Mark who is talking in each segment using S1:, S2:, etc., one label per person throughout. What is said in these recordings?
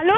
S1: Hallo?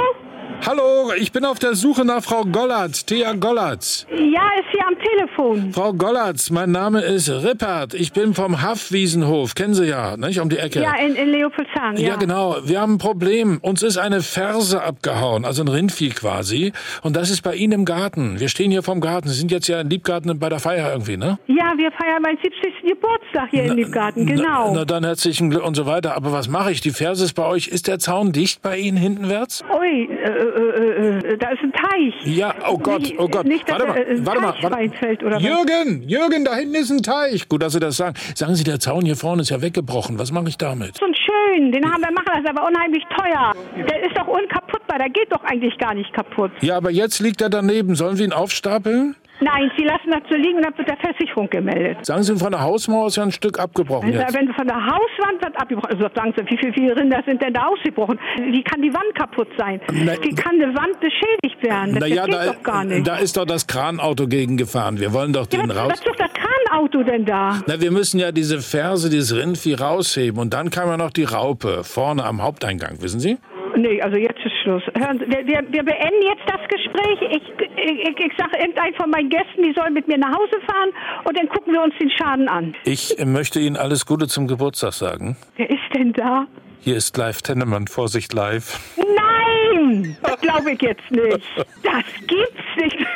S2: Hallo, ich bin auf der Suche nach Frau Gollatz, Thea Gollatz.
S1: Ja, ist hier am Telefon.
S2: Frau Gollatz, mein Name ist Rippert. Ich bin vom Haffwiesenhof. Kennen Sie ja, nicht? Um die Ecke.
S1: Ja, in, in Leopoldshahn.
S2: Ja, genau. Wir haben ein Problem. Uns ist eine Ferse abgehauen, also ein Rindvieh quasi. Und das ist bei Ihnen im Garten. Wir stehen hier vom Garten. Sie sind jetzt ja in Liebgarten bei der Feier irgendwie, ne?
S1: Ja, wir feiern meinen 70. Geburtstag hier in Liebgarten, genau.
S2: Na, na dann herzlichen Glück und so weiter. Aber was mache ich? Die Ferse ist bei euch. Ist der Zaun dicht bei Ihnen hintenwärts?
S1: Ui, äh, äh, äh, äh, da ist ein Teich.
S2: Ja, oh Gott,
S1: Nicht-
S2: oh Gott.
S1: Nicht, dass
S2: warte
S1: da,
S2: mal,
S1: äh, ein
S2: warte mal,
S1: Teich
S2: warte
S1: reinfällt oder was?
S2: Jürgen, Jürgen, da hinten ist ein Teich. Gut, dass Sie das sagen. Sagen Sie, der Zaun hier vorne ist ja weggebrochen. Was mache ich damit?
S1: So ein schön, den haben wir machen lassen, aber unheimlich teuer. Der ist doch unkaputtbar, der geht doch eigentlich gar nicht kaputt.
S2: Ja, aber jetzt liegt er daneben. Sollen wir ihn aufstapeln?
S1: Nein, sie lassen das so liegen und dann wird der Versicherung gemeldet.
S2: Sagen Sie, von der Hausmauer ist ja ein Stück abgebrochen
S1: Also,
S2: jetzt.
S1: wenn von der Hauswand was abgebrochen ist, also sagen Sie, wie viele wie viele Rinder sind denn da ausgebrochen? Wie kann die Wand kaputt sein?
S2: Na-
S1: wie kann eine Wand beschädigt werden? Das,
S2: Naja,
S1: geht
S2: da,
S1: doch gar nicht.
S2: da ist doch das Kranauto gegengefahren. Wir wollen doch
S1: Ja,
S2: den
S1: was,
S2: raus.
S1: was sucht das Kranauto denn da?
S2: Na, wir müssen ja diese Ferse, dieses Rindvieh rausheben. Und dann kam ja noch die Raupe vorne am Haupteingang, wissen Sie?
S1: Nee, also jetzt ist Schluss. Hören Sie, wir, wir, wir beenden jetzt das Gespräch. Ich, ich, ich, ich sage irgendein von meinen Gästen, die sollen mit mir nach Hause fahren und dann gucken wir uns den Schaden an.
S2: Ich äh, möchte Ihnen alles Gute zum Geburtstag sagen.
S1: Wer ist denn da?
S2: Hier ist live Tennemann, Vorsicht live.
S1: Nein! Das glaube ich jetzt nicht. Das gibt's nicht.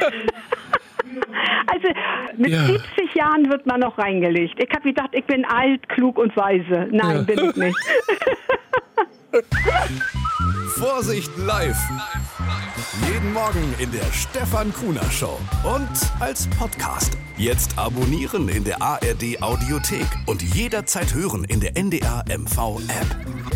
S1: Also mit
S2: Ja.
S1: 70 Jahren wird man noch reingelegt. Ich habe gedacht, ich bin alt, klug und weise. Nein, bin ich nicht.
S3: Vorsicht live. Jeden Morgen in der Stefan Kuhner Show. Und als Podcast. Jetzt abonnieren in der ARD Audiothek und jederzeit hören in der NDR MV App.